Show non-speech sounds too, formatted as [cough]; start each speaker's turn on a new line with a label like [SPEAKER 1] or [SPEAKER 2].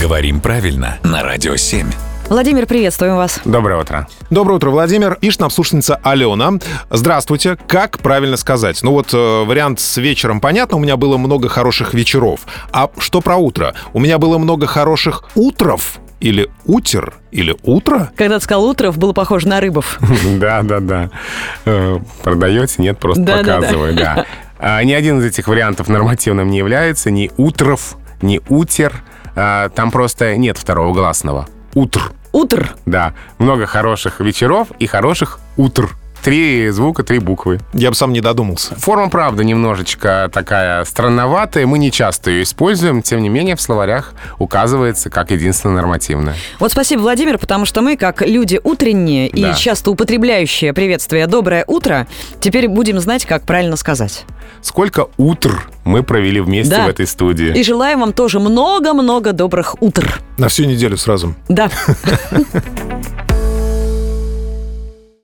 [SPEAKER 1] Говорим правильно на Радио 7.
[SPEAKER 2] Владимир, приветствуем вас.
[SPEAKER 3] Доброе утро.
[SPEAKER 4] Доброе утро, Владимир. Пишет нам слушательница Алена. Здравствуйте. Как правильно сказать? Ну вот э, вариант с вечером понятно. У меня было много хороших вечеров. А что про утро? У меня было много хороших утров или утер или утро?
[SPEAKER 2] Когда ты сказал Утров, было похоже на Рыбов.
[SPEAKER 3] [laughs] Да, да, да. Э, Продаете? Нет, просто
[SPEAKER 2] Да, да, да.
[SPEAKER 3] показываю, да. А, Ни один из этих вариантов нормативным не является. Ни утров, ни утер. А, Там просто нет второго гласного. Утр.
[SPEAKER 2] Утр.
[SPEAKER 3] Да. Много хороших вечеров и хороших утр. Три звука, три буквы.
[SPEAKER 4] Я бы сам не додумался.
[SPEAKER 3] Форма, правда, немножечко такая странноватая. Мы не часто ее используем. Тем не менее, в словарях указывается как единственно нормативная.
[SPEAKER 2] Вот спасибо, Владимир, потому что мы, как люди утренние и
[SPEAKER 3] Да.
[SPEAKER 2] часто употребляющие приветствие «доброе утро», теперь будем знать, как правильно сказать.
[SPEAKER 3] Сколько утр мы провели вместе
[SPEAKER 2] Да.
[SPEAKER 3] в этой студии?
[SPEAKER 2] И желаем вам тоже много-много добрых утр.
[SPEAKER 4] На всю неделю сразу.
[SPEAKER 2] Да.